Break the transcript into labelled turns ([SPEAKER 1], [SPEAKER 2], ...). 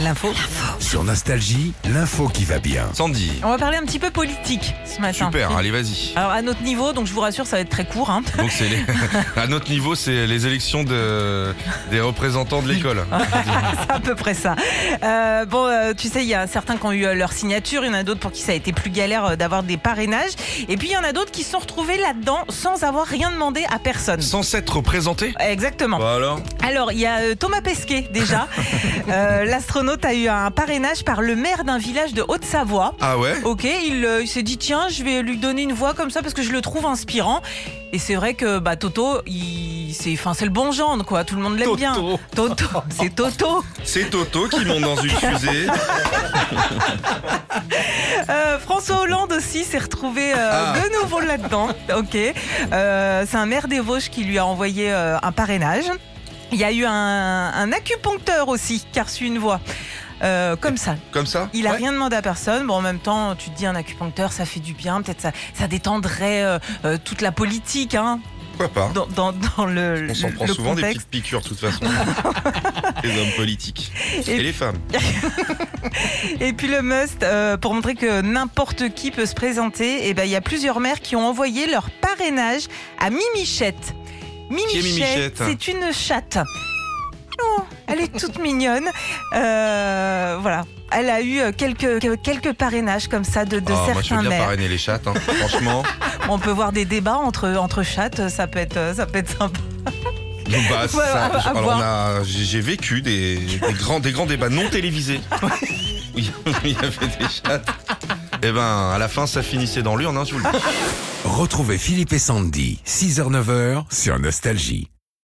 [SPEAKER 1] L'info.
[SPEAKER 2] Sur Nostalgie, l'info qui va bien.
[SPEAKER 3] Sandy.
[SPEAKER 1] On va parler un petit peu politique ce matin.
[SPEAKER 3] Super, allez vas-y.
[SPEAKER 1] Alors à notre niveau, donc je vous rassure, ça va être très court. hein.
[SPEAKER 3] Donc c'est les- à notre niveau, c'est les élections de... des représentants de l'école.
[SPEAKER 1] C'est à peu près ça. Euh, bon, euh, tu sais, il y a certains qui ont eu euh, leur signature, il y en a d'autres pour qui ça a été plus galère euh, d'avoir des parrainages, et puis il y en a d'autres qui se sont retrouvés là-dedans sans avoir rien demandé à personne.
[SPEAKER 3] Sans s'être représentés
[SPEAKER 1] Exactement.
[SPEAKER 3] Bah alors
[SPEAKER 1] Alors, il y a euh, Thomas Pesquet déjà. Euh, L'astronaute a eu un parrainage par le maire d'un village de Haute-Savoie.
[SPEAKER 3] Ah ouais
[SPEAKER 1] Ok, il, euh, il s'est dit tiens, je vais lui donner une voix comme ça parce que je le trouve inspirant. Et c'est vrai que bah, Toto, il, c'est, enfin, c'est le bon genre, quoi. Tout le monde l'aime bien. Toto, c'est Toto.
[SPEAKER 3] C'est Toto qui monte dans une fusée.
[SPEAKER 1] Euh, François Hollande aussi s'est retrouvé euh,
[SPEAKER 3] Ah.
[SPEAKER 1] de nouveau là-dedans. Ok, Euh, c'est un maire des Vosges qui lui a envoyé euh, un parrainage. Il y a eu un, un acupuncteur aussi qui a reçu une voix. Euh, comme ça,
[SPEAKER 3] Comme ça
[SPEAKER 1] Il a
[SPEAKER 3] Ouais.
[SPEAKER 1] rien demandé à personne. Bon, en même temps, tu te dis un acupuncteur, ça fait du bien. Peut-être ça, ça détendrait euh, euh, toute la politique hein,
[SPEAKER 3] Pourquoi pas
[SPEAKER 1] dans, dans- dans le,
[SPEAKER 3] On s'en
[SPEAKER 1] le
[SPEAKER 3] prend souvent des
[SPEAKER 1] contexte.
[SPEAKER 3] petites piqûres de toute façon. les hommes politiques.
[SPEAKER 1] Et-
[SPEAKER 3] Et, les femmes.
[SPEAKER 1] Et puis le must, euh, pour montrer que n'importe qui peut se présenter, eh ben, il y a plusieurs maires qui ont envoyé leur parrainage à Mimichette.
[SPEAKER 3] est
[SPEAKER 1] Mimichette,
[SPEAKER 3] Mimichette
[SPEAKER 1] c'est une chatte. Oh, elle est toute mignonne. Euh, voilà. Elle a eu euh, quelques, quelques parrainages comme ça de, de
[SPEAKER 3] Ah, moi je veux
[SPEAKER 1] certains
[SPEAKER 3] bien
[SPEAKER 1] maires.
[SPEAKER 3] parrainer les chattes, hein. franchement.
[SPEAKER 1] On peut voir des débats entre, entre chattes, ça peut être, ça peut être sympa.
[SPEAKER 3] Donc, bah,
[SPEAKER 1] Ouais,
[SPEAKER 3] ça,
[SPEAKER 1] à- à
[SPEAKER 3] alors,
[SPEAKER 1] voir.
[SPEAKER 3] on a- j'ai j'ai vécu des, des grands, des grands débats non télévisés. Oui, il y avait des chats. Et ben, à la fin, ça finissait dans l'urne, hein, je vous le dis.
[SPEAKER 2] Retrouvez Philippe et Sandy, 6h-9h sur Nostalgie.